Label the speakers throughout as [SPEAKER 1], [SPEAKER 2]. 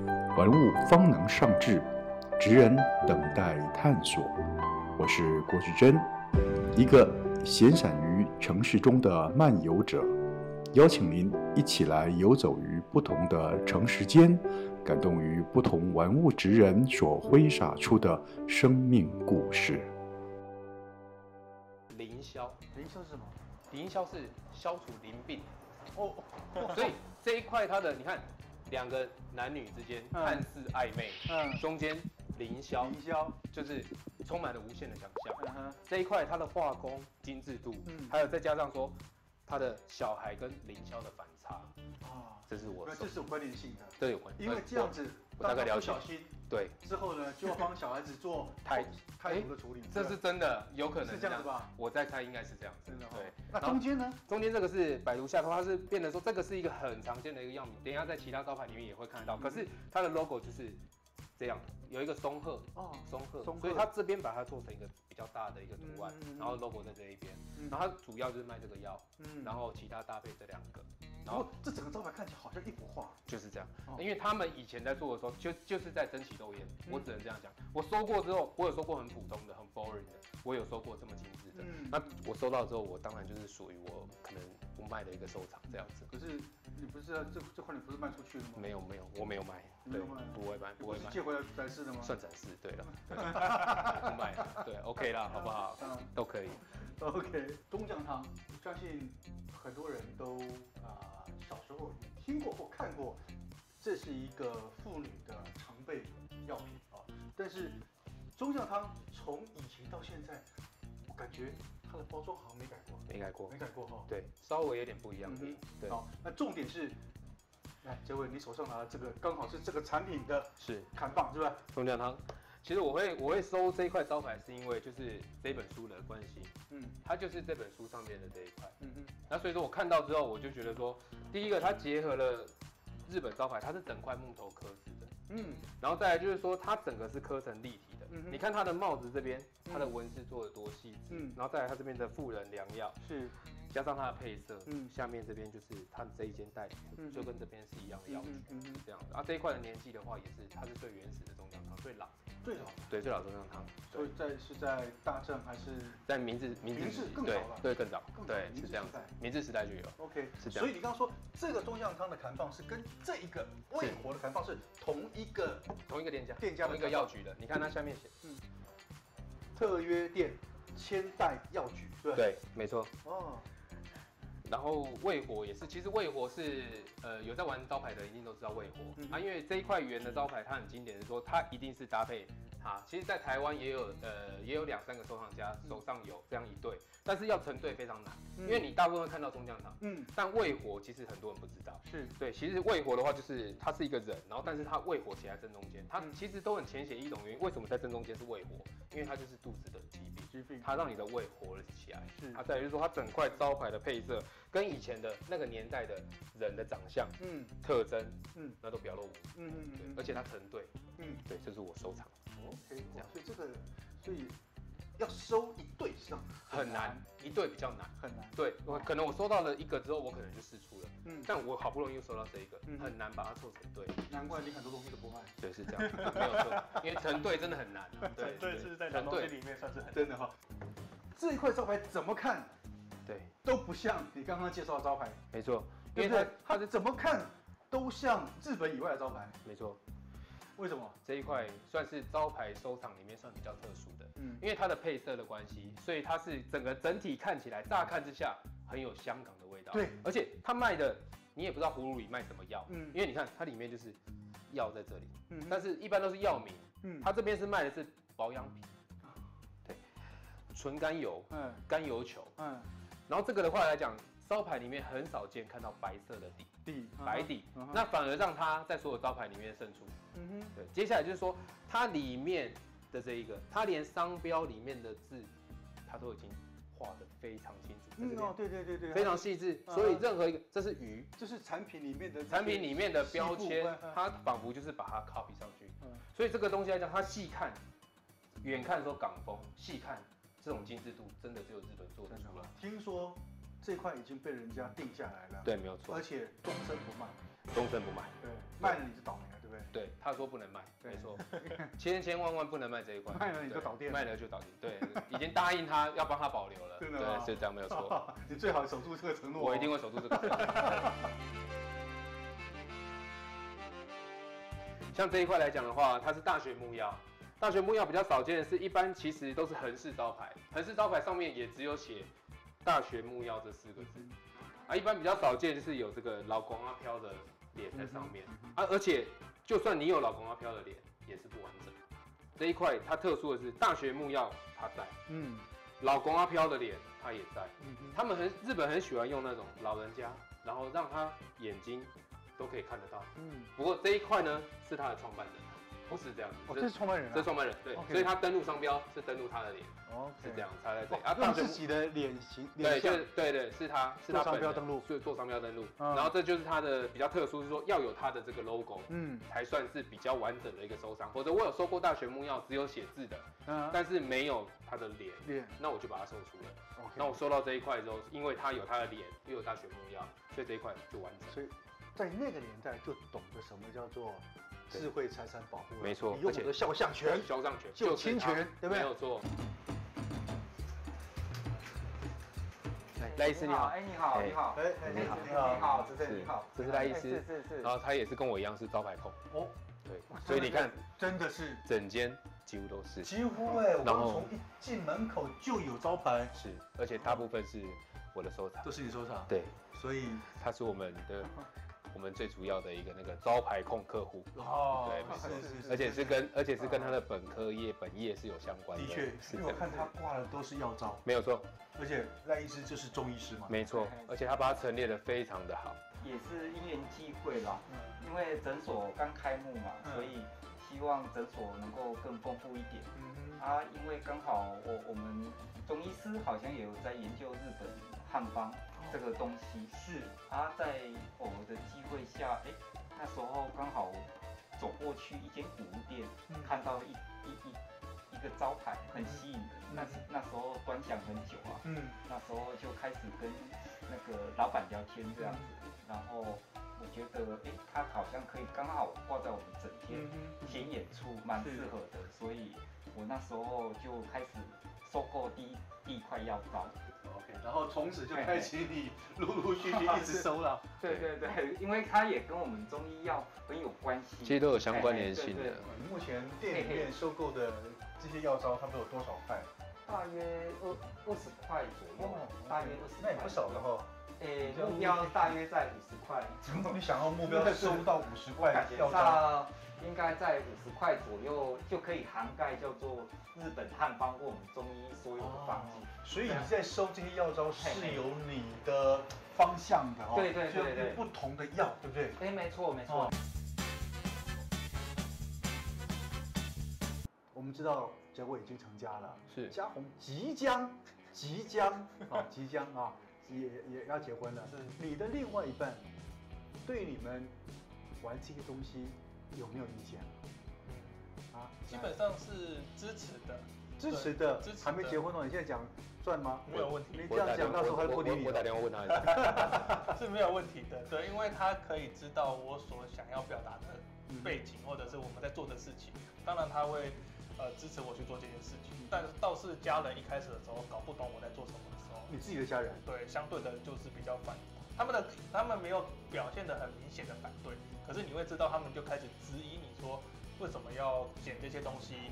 [SPEAKER 1] 玩物方能上志，职人等待探索。我是郭旭珍，一个闲散于城市中的漫游者，邀请您一起来游走于不同的城市间，感动于不同玩物职人所挥洒出的生命故事。
[SPEAKER 2] 凌霄，
[SPEAKER 3] 凌霄是什么？
[SPEAKER 2] 凌霄是消除淋病，
[SPEAKER 3] 哦，
[SPEAKER 2] 所以这一块它的你看，两个男女之间
[SPEAKER 3] 嗯
[SPEAKER 2] 看似暧昧，
[SPEAKER 3] 嗯，
[SPEAKER 2] 中间凌霄
[SPEAKER 3] 凌霄，
[SPEAKER 2] 就是充满了无限的想象。
[SPEAKER 3] 嗯哼，
[SPEAKER 2] 这一块它的画工精致度，
[SPEAKER 3] 嗯
[SPEAKER 2] 还有再加上说他的小孩跟凌霄的反差，
[SPEAKER 3] 啊，
[SPEAKER 2] 这是我
[SPEAKER 3] 那
[SPEAKER 2] 手
[SPEAKER 3] 这是有关联性的，
[SPEAKER 2] 这有关，
[SPEAKER 3] 因为
[SPEAKER 2] 呃
[SPEAKER 3] 这样子，
[SPEAKER 2] 我
[SPEAKER 3] 大
[SPEAKER 2] 大概
[SPEAKER 3] 家
[SPEAKER 2] 了
[SPEAKER 3] 不
[SPEAKER 2] 解
[SPEAKER 3] 小心
[SPEAKER 2] 我对，
[SPEAKER 3] 之后呢，就要帮小孩子做
[SPEAKER 2] 太
[SPEAKER 3] 太毒的处理，
[SPEAKER 2] 这是真的，有可
[SPEAKER 3] 对
[SPEAKER 2] 能
[SPEAKER 3] 哦是这样子？吧？
[SPEAKER 2] 我在猜应该是这样子
[SPEAKER 3] 真的，哈哦
[SPEAKER 2] 对。
[SPEAKER 3] 那
[SPEAKER 2] 然后
[SPEAKER 3] 中间呢？
[SPEAKER 2] 中间这个是百足下扣，它是变得说这个是一个很常见的一个样品，等一下在其他招牌里面也会看
[SPEAKER 3] 嗯
[SPEAKER 2] 到。可是它的 logo 就是这样，有一个松鹤，
[SPEAKER 3] 哦，
[SPEAKER 2] 松鹤，
[SPEAKER 3] 松鹤
[SPEAKER 2] 所以它这边把它做成一个比较大的一个图案
[SPEAKER 3] 嗯嗯嗯，
[SPEAKER 2] 然后 logo 在这一边，
[SPEAKER 3] 嗯
[SPEAKER 2] 然后它主要就是卖这个药，
[SPEAKER 3] 嗯
[SPEAKER 2] 然后其他搭配这两个，
[SPEAKER 3] 不过这整个招牌看起来好像一幅画，
[SPEAKER 2] 就是这样
[SPEAKER 3] 哦。
[SPEAKER 2] 因为他们以前在做的时候，就就是在争奇斗艳，
[SPEAKER 3] 嗯
[SPEAKER 2] 我只能这样讲。我收过之后，我有收过很普通的、很 boring 的，我有收过这么精致的。
[SPEAKER 3] 嗯，
[SPEAKER 2] 那我收到之后，我当然就是属于我可能不卖的一个收藏这样子。
[SPEAKER 3] 可是你不是要这这块你不是卖出去了吗？
[SPEAKER 2] 没有没有，我没有卖，
[SPEAKER 3] 你没
[SPEAKER 2] 对
[SPEAKER 3] 有卖，
[SPEAKER 2] 不会卖，不
[SPEAKER 3] 不
[SPEAKER 2] 会
[SPEAKER 3] 是
[SPEAKER 2] 卖，
[SPEAKER 3] 借回来展示的吗？
[SPEAKER 2] 算展示，对 了，对不卖了，对，OK 啦，好不好？
[SPEAKER 3] 嗯
[SPEAKER 2] 都可以，
[SPEAKER 3] ，OK。东酱汤，相信很多人都啊、小时候听过或看过，这是一个妇女的常备药品啊。但是中酱汤从以前到现在，我感觉它的包装好像没改过，
[SPEAKER 2] 没改过
[SPEAKER 3] 没，改过哈、
[SPEAKER 2] 对，稍微有点不一样
[SPEAKER 3] 嗯，哼
[SPEAKER 2] 对，
[SPEAKER 3] 好，那重点是，来，这位你手上拿的这个刚好是这个产品的
[SPEAKER 2] 是
[SPEAKER 3] 砍棒，是吧？
[SPEAKER 2] 松酱汤。其实我会我会收这一块招牌，是因为就是这本书的关系，
[SPEAKER 3] 嗯
[SPEAKER 2] 它就是这本书上面的这一块。
[SPEAKER 3] 嗯嗯
[SPEAKER 2] 那所以说我看到之后，我就觉得说，第一个它结合了日本招牌，它是整块木头刻制的，
[SPEAKER 3] 嗯
[SPEAKER 2] 然后再来就是说它整个是刻成立体的。
[SPEAKER 3] 嗯哼
[SPEAKER 2] 你看它的帽子这边，它的纹饰做的多细致，
[SPEAKER 3] 嗯
[SPEAKER 2] 然后再来它这边的富人良药，
[SPEAKER 3] 是
[SPEAKER 2] 加上它的配色，
[SPEAKER 3] 嗯
[SPEAKER 2] 下面这边就是它这一间代理，
[SPEAKER 3] 嗯
[SPEAKER 2] 就跟这边是一样的药局
[SPEAKER 3] 嗯。嗯嗯，
[SPEAKER 2] 这样子啊，这一块的年纪的话，也是它是最原始的中央汤，最老，
[SPEAKER 3] 最早，
[SPEAKER 2] 对，最老的中央汤，
[SPEAKER 3] 所
[SPEAKER 2] 对
[SPEAKER 3] 以，在是在大正还是
[SPEAKER 2] 在明治明
[SPEAKER 3] 明治
[SPEAKER 2] 时期
[SPEAKER 3] 更早
[SPEAKER 2] 对
[SPEAKER 3] 吧
[SPEAKER 2] 对更早，
[SPEAKER 3] 更早
[SPEAKER 2] 对
[SPEAKER 3] 明
[SPEAKER 2] 是
[SPEAKER 3] 治
[SPEAKER 2] 这样
[SPEAKER 3] 时
[SPEAKER 2] 子
[SPEAKER 3] 代，
[SPEAKER 2] 明治时代就有，
[SPEAKER 3] OK？
[SPEAKER 2] 是这样
[SPEAKER 3] 所以你刚刚说这个东酱汤的砍棒是跟这一个未活的砍棒是同一个
[SPEAKER 2] 同一个店家，
[SPEAKER 3] 店家的
[SPEAKER 2] 同一个药局的，你看它下面写，
[SPEAKER 3] 特约店千代药局，对不对？
[SPEAKER 2] 对，没错。
[SPEAKER 3] 哦，
[SPEAKER 2] 然后魏火也是，其实魏火是呃有在玩招牌的，一定都知道魏火、
[SPEAKER 3] 嗯
[SPEAKER 2] 啊，因为这一块圆的招牌它很经典，是说它一定是搭配它。其实，在台湾也有呃也有两三个收藏家手上有这样一对，但是要成对非常难，
[SPEAKER 3] 嗯
[SPEAKER 2] 因为你大部分会看到中将堂，
[SPEAKER 3] 嗯
[SPEAKER 2] 但魏火其实很多人不知道。
[SPEAKER 3] 是
[SPEAKER 2] 对，其实魏火的话就是它是一个人，然后但是它魏火写在正中间，它
[SPEAKER 3] 嗯
[SPEAKER 2] 其实都很浅显易懂。原因为什么在正中间是魏火？因为它就是肚子的疾病。
[SPEAKER 3] 疾病，
[SPEAKER 2] 它让你的胃活了起来。
[SPEAKER 3] 是
[SPEAKER 2] 啊，再来就是说它整块招牌的配色跟以前的那个年代的人的长相
[SPEAKER 3] 嗯
[SPEAKER 2] 特征，
[SPEAKER 3] 嗯
[SPEAKER 2] 那都表露无遗。
[SPEAKER 3] 嗯嗯
[SPEAKER 2] 对，
[SPEAKER 3] 嗯
[SPEAKER 2] 而且它成对，
[SPEAKER 3] 嗯。
[SPEAKER 2] 对，这是我收藏
[SPEAKER 3] OK，哦
[SPEAKER 2] 这样
[SPEAKER 3] 所以这个，所以要收一对是吧？
[SPEAKER 2] 很难，一对比较难。
[SPEAKER 3] 很难。
[SPEAKER 2] 对，我可能我收到了一个之后，我可能就试出了，
[SPEAKER 3] 嗯，
[SPEAKER 2] 但我好不容易又收到这一个，
[SPEAKER 3] 嗯
[SPEAKER 2] 很难把它凑 成对。
[SPEAKER 3] 难怪你很多东西都不卖。
[SPEAKER 2] 对，是这样，没有错，因为成对真的很难啊。对，成对，
[SPEAKER 3] 里面算是很真的哈。这一块招牌怎么看
[SPEAKER 2] 对，
[SPEAKER 3] 都不像你刚刚介绍的招牌，
[SPEAKER 2] 没错，因
[SPEAKER 3] 对
[SPEAKER 2] 为
[SPEAKER 3] 不对
[SPEAKER 2] 它？
[SPEAKER 3] 它的怎么看都像日本以外的招牌，
[SPEAKER 2] 没错
[SPEAKER 3] 为什么？
[SPEAKER 2] 这一块算是招牌收藏里面算比较特殊的。
[SPEAKER 3] 嗯，
[SPEAKER 2] 因为它的配色的关系，所以它是整个整体看起来，乍看之下很有香港的味道。
[SPEAKER 3] 对，
[SPEAKER 2] 而且它卖的你也不知道葫芦里卖什么药，
[SPEAKER 3] 嗯
[SPEAKER 2] 因为你看它里面就是药在这里，
[SPEAKER 3] 嗯
[SPEAKER 2] 但是一般都是药名，
[SPEAKER 3] 嗯，
[SPEAKER 2] 它这边是卖的是保养品，对，纯甘油、
[SPEAKER 3] 嗯
[SPEAKER 2] 甘油球，
[SPEAKER 3] 嗯，
[SPEAKER 2] 然后这个的话来讲，招牌里面很少见看到白色的底，
[SPEAKER 3] 底
[SPEAKER 2] 白，底，
[SPEAKER 3] 嗯哼
[SPEAKER 2] 那反而让它在所有招牌里面胜出。
[SPEAKER 3] 嗯哼，
[SPEAKER 2] 对，接下来就是说它里面的这一个，它连商标里面的字，它都已经画的非常清楚，在这
[SPEAKER 3] 嗯哦
[SPEAKER 2] 边、，
[SPEAKER 3] 对对对对，
[SPEAKER 2] 非常细致，
[SPEAKER 3] 嗯
[SPEAKER 2] 所以任何一个这是鱼。
[SPEAKER 3] 就是产品里面的
[SPEAKER 2] 产品里面的标
[SPEAKER 3] 细部
[SPEAKER 2] 签
[SPEAKER 3] 嗯嗯，
[SPEAKER 2] 它仿佛就是把它 copy 上去，
[SPEAKER 3] 嗯
[SPEAKER 2] 所以这个东西来讲，它细看，远看说港风，细看这种精致度，真的只有日本做得出来。
[SPEAKER 3] 听说这块已经被人家定下来了，
[SPEAKER 2] 对，没有
[SPEAKER 3] 而
[SPEAKER 2] 错，
[SPEAKER 3] 且终身不卖，
[SPEAKER 2] 终身不卖。
[SPEAKER 3] 对，卖了你就倒霉了，对不对？
[SPEAKER 2] 对，他说不能卖，
[SPEAKER 3] 对
[SPEAKER 2] 没错，千千万万不能卖这一款，
[SPEAKER 3] 卖了你就
[SPEAKER 2] 对
[SPEAKER 3] 倒店了
[SPEAKER 2] 卖了就倒店，对，已经答应他要帮他保留了，
[SPEAKER 3] 真的吗
[SPEAKER 2] 对，是这样没有 错。
[SPEAKER 3] 你最好守住这个承诺哦。
[SPEAKER 2] 我一定会守住这个承诺。 像这一块来讲的话，它是大学木药，大学木药比较少见的是，一般其实都是横式招牌，横式招牌上面也只有写“大学木药”这四个字啊。一般比较少见就是有这个老公阿飘的脸在上面
[SPEAKER 3] 嗯
[SPEAKER 2] 啊，而且就算你有老公阿飘的脸，也是不完整的。这一块它特殊的是，大学木药它在，
[SPEAKER 3] 嗯
[SPEAKER 2] 老公阿飘的脸它也在。
[SPEAKER 3] 嗯嗯
[SPEAKER 2] 他们很日本很喜欢用那种老人家，然后让他眼睛都可以看得到。
[SPEAKER 3] 嗯，
[SPEAKER 2] 不过这一块呢是他的创办人，不是这样子，
[SPEAKER 3] 哦，
[SPEAKER 2] 这
[SPEAKER 3] 这是创办人啊，
[SPEAKER 2] 这是创办人对
[SPEAKER 3] OK
[SPEAKER 2] 所以他登录商标是登录他的脸，
[SPEAKER 3] 哦
[SPEAKER 2] 是这，样，他在这
[SPEAKER 3] 对
[SPEAKER 2] 里啊，
[SPEAKER 3] 用
[SPEAKER 2] 大学
[SPEAKER 3] 自己的脸型
[SPEAKER 2] 对，
[SPEAKER 3] 脸
[SPEAKER 2] 就
[SPEAKER 3] 相
[SPEAKER 2] 是，对对，是他是他
[SPEAKER 3] 做商
[SPEAKER 2] 本
[SPEAKER 3] 标
[SPEAKER 2] 人
[SPEAKER 3] 登录
[SPEAKER 2] 是做商标登录，
[SPEAKER 3] 嗯
[SPEAKER 2] 然后这就是他的比较特殊，是说要有他的这个 logo。
[SPEAKER 3] 嗯
[SPEAKER 2] 才算是比较完整的一个收藏，否则我有收过大学木药，只有写字的，
[SPEAKER 3] 嗯，
[SPEAKER 2] 但是没有他的脸，
[SPEAKER 3] 脸
[SPEAKER 2] 那我就把它送出了。
[SPEAKER 3] OK，
[SPEAKER 2] 那我收到这一块之后，因为它有它的脸，又有它血木药，所以这一块就完整。
[SPEAKER 3] 所以在那个年代就懂得什么叫做智慧财产保护了，
[SPEAKER 2] 没错
[SPEAKER 3] 你用
[SPEAKER 2] 而且
[SPEAKER 3] 我的肖像权，
[SPEAKER 2] 肖像权、
[SPEAKER 3] 就
[SPEAKER 2] 就是
[SPEAKER 3] 侵
[SPEAKER 2] 它
[SPEAKER 3] 权对不
[SPEAKER 2] 没
[SPEAKER 3] 对
[SPEAKER 2] 有错。
[SPEAKER 4] 赖
[SPEAKER 5] 赖
[SPEAKER 4] 医
[SPEAKER 5] 医
[SPEAKER 4] 师
[SPEAKER 5] 师
[SPEAKER 4] 你
[SPEAKER 5] 你
[SPEAKER 4] 好，
[SPEAKER 5] 好
[SPEAKER 4] 哎你好
[SPEAKER 5] 哎
[SPEAKER 4] 你好，
[SPEAKER 3] 哎哎
[SPEAKER 4] 你好
[SPEAKER 3] 你好
[SPEAKER 4] 你好，主持人
[SPEAKER 5] 是
[SPEAKER 4] 你好，
[SPEAKER 5] 这是赖医
[SPEAKER 4] 哎
[SPEAKER 5] 师
[SPEAKER 4] 是是是，
[SPEAKER 2] 然后他也是跟我一样是招牌控，
[SPEAKER 3] 哦，
[SPEAKER 2] 对，所以你 看
[SPEAKER 3] 真的是
[SPEAKER 2] 整间几乎都是
[SPEAKER 3] 几乎哎，我
[SPEAKER 2] 然
[SPEAKER 3] 刚
[SPEAKER 2] 后
[SPEAKER 3] 从一进门口就有招牌，
[SPEAKER 2] 是，而且大部分是我的收藏
[SPEAKER 3] 都。是你收藏，
[SPEAKER 2] 对，
[SPEAKER 3] 所以
[SPEAKER 2] 他是我们的我们最主要的一个那个招牌控客户，
[SPEAKER 3] 哦
[SPEAKER 2] 对没错
[SPEAKER 3] 是是是，啊
[SPEAKER 2] 而且是跟而且是跟他的本科业本业是有相关
[SPEAKER 3] 的
[SPEAKER 2] 的。
[SPEAKER 3] 确，
[SPEAKER 2] 是
[SPEAKER 3] 因
[SPEAKER 2] 的
[SPEAKER 3] 为我看他挂的都是药招，
[SPEAKER 2] 没有错，
[SPEAKER 3] 而且赖医师就是中医师嘛，
[SPEAKER 2] 没错，而且他把它陈列的非常的好。
[SPEAKER 4] 也是因缘际会啦，
[SPEAKER 3] 嗯
[SPEAKER 4] 因为诊所刚开幕嘛，
[SPEAKER 3] 嗯
[SPEAKER 4] 所以希望诊所能够更丰富一点。
[SPEAKER 3] 嗯哼
[SPEAKER 4] 啊，因为刚好我我们中医师好像也有在研究日本汉方这个东西，
[SPEAKER 3] 哦是
[SPEAKER 4] 啊，在我的机会下，哎、那时候刚好走过去一间古物店，
[SPEAKER 3] 嗯
[SPEAKER 4] 看到一一一一个招牌，很吸引人。那时那时候端详很久啊，
[SPEAKER 3] 嗯
[SPEAKER 4] 那时候就开始跟那个老板聊天这样
[SPEAKER 3] 嗯
[SPEAKER 4] 子，然后我觉得，哎、他好像可以刚好挂在我们整天
[SPEAKER 3] 嗯哼
[SPEAKER 4] 显演出，蛮适合的，所以我那时候就开始收购第一第一块药膏。
[SPEAKER 3] ，OK，然后从此就开启你陆陆续续一直收了，
[SPEAKER 4] 对对对，因为它也跟我们中医药很有关系，
[SPEAKER 2] 其实都有相关联性
[SPEAKER 4] 哎哎对
[SPEAKER 2] 的
[SPEAKER 4] 对。
[SPEAKER 3] 你呃目前店里面收购的这些药招，他们有多少块？
[SPEAKER 4] 大约二二十块左右，哦大约二十，
[SPEAKER 3] 哦那也不少了。 哈。
[SPEAKER 4] 诶，目哎标大约在嗯五十块，
[SPEAKER 3] 你想要目标收到五十块
[SPEAKER 4] 感觉
[SPEAKER 3] 药招，
[SPEAKER 4] 上应该在五十块左右就可以涵盖叫做日本汉方或我们中医所有的方剂。
[SPEAKER 3] 所以你在收这些药招是有你的方向的哦，
[SPEAKER 4] 对对对对
[SPEAKER 3] 就不同的药，对不对？
[SPEAKER 4] 哎，没错没错
[SPEAKER 3] 哦。我们知道结果已经成家 了，
[SPEAKER 2] 是
[SPEAKER 3] 嘉宏即将即将啊即将啊也也要结婚了。你的另外一半对你们玩这些东西有没有意见？
[SPEAKER 4] 嗯
[SPEAKER 3] 啊，
[SPEAKER 6] 基本上是支持的，
[SPEAKER 3] 支持的，
[SPEAKER 6] 支持的
[SPEAKER 3] 还没结婚哦，你现在讲赚吗？
[SPEAKER 6] 没有问题
[SPEAKER 3] 你这
[SPEAKER 2] 我
[SPEAKER 3] 样
[SPEAKER 2] 打电
[SPEAKER 3] 讲，
[SPEAKER 2] 话
[SPEAKER 3] 到时候他就不理
[SPEAKER 2] 我
[SPEAKER 3] 你
[SPEAKER 2] 我我打
[SPEAKER 3] 了。
[SPEAKER 2] 电话问他一下。
[SPEAKER 6] 是没有问题的。对，因为他可以知道我所想要表达的
[SPEAKER 3] 嗯
[SPEAKER 6] 背景，或者是我们在做的事情。当然他会呃支持我去做这件事情，但是倒是家人一开始的时候搞不懂我在做什么的时候，
[SPEAKER 3] 你自己的家人，
[SPEAKER 6] 对，相对的就是比较反，他们的他们没有表现的很明显的反对，可是你会知道他们就开始质疑你说为什么要捡这些东西。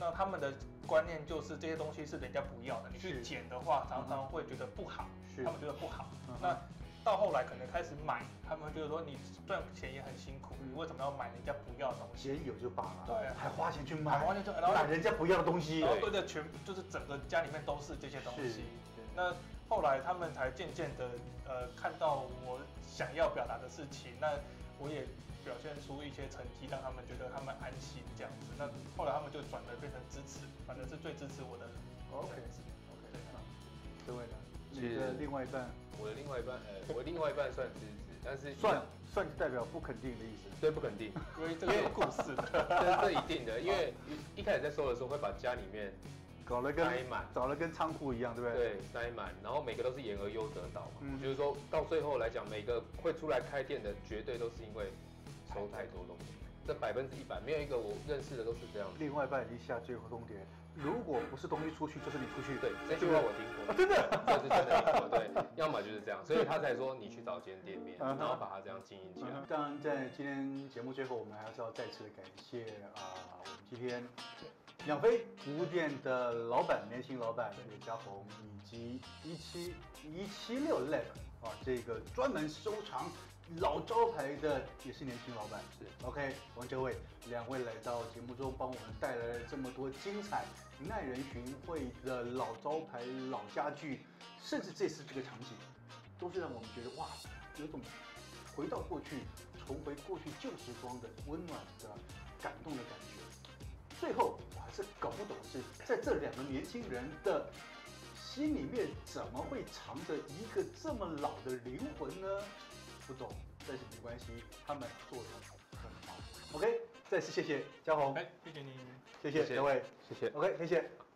[SPEAKER 6] 那他们的观念就是这些东西是人家不要的，你
[SPEAKER 3] 是
[SPEAKER 6] 去捡的话，常常会觉得不好，
[SPEAKER 3] 是
[SPEAKER 6] 他们觉得不好。
[SPEAKER 3] 嗯
[SPEAKER 6] 那到后来可能开始买，他们觉得说你赚钱也很辛苦，
[SPEAKER 3] 嗯
[SPEAKER 6] 你为什么要买人家不要的东西？
[SPEAKER 3] 钱有就罢了，
[SPEAKER 6] 对啊
[SPEAKER 3] 还花钱去
[SPEAKER 6] 买
[SPEAKER 3] 买，
[SPEAKER 6] 完了就然后
[SPEAKER 3] 买人家不要的东西
[SPEAKER 6] 然。后对着全就是整个家里面都是这些东
[SPEAKER 3] 是
[SPEAKER 6] 西。那后来他们才渐渐的呃看到我想要表达的事情，那我也表现出一些成绩，让他们觉得他们安心这样子。那后来他们就转而变成支持，反正是最支持我的。
[SPEAKER 3] OK
[SPEAKER 6] 这样子
[SPEAKER 3] OK，
[SPEAKER 6] 对
[SPEAKER 3] 嗯各位呢？
[SPEAKER 2] 是
[SPEAKER 3] 你的另外一半
[SPEAKER 2] 我的另外一半，呃，我另外一半算支持，但 是
[SPEAKER 3] 算算就代表不肯定的意思。
[SPEAKER 2] 对不肯 定，
[SPEAKER 6] 因为这个有故事的，
[SPEAKER 2] 这这一定的，因为一开始在收的时候会把家里面
[SPEAKER 3] 搞了
[SPEAKER 2] 塞
[SPEAKER 3] 跟
[SPEAKER 2] 满，
[SPEAKER 3] 找了跟仓库一样，对不对？
[SPEAKER 2] 哎对，塞满，然后每个都是言而优则导嘛，
[SPEAKER 3] 嗯
[SPEAKER 2] 就是说到最后来讲，每个会出来开店的绝对都是因为收太多东西，这百分之一百，没有一个我认识的都是这样子。
[SPEAKER 3] 另外一半一下最后终点，如果不是东西出去，就是你出去。
[SPEAKER 2] 对，这句话我听 过，真的，这是真的听过。对，要么就是这样，所以他才说你去找间店面，
[SPEAKER 3] 嗯哼
[SPEAKER 2] 然后把它这样经营起来
[SPEAKER 3] 嗯。当然，在今天节目最后，我们还是要再次感谢啊、我们今天两飞服务店的老板、年轻老板柳家红，以及一七一七六 Lab 啊，这个专门收藏老招牌的，也是年轻老板。是 OK，王哲伟，两位来到节目中，帮我们带来了这么多精彩、耐人寻味的老招牌、老家具，甚至这次这个场景，都是让我们觉得哇，有种回到过去、重回过去旧时光的温暖的感动的感觉。最后，我还是搞不懂是在这两个年轻人的心里面怎么会藏着一个这么老的灵魂呢？不懂，但是没关系，他们做的很好。OK，再次谢谢嘉宏，
[SPEAKER 6] 哎，谢谢你。
[SPEAKER 3] 谢谢
[SPEAKER 2] 谢谢
[SPEAKER 3] 各位
[SPEAKER 2] 谢谢。
[SPEAKER 3] ，OK，谢谢。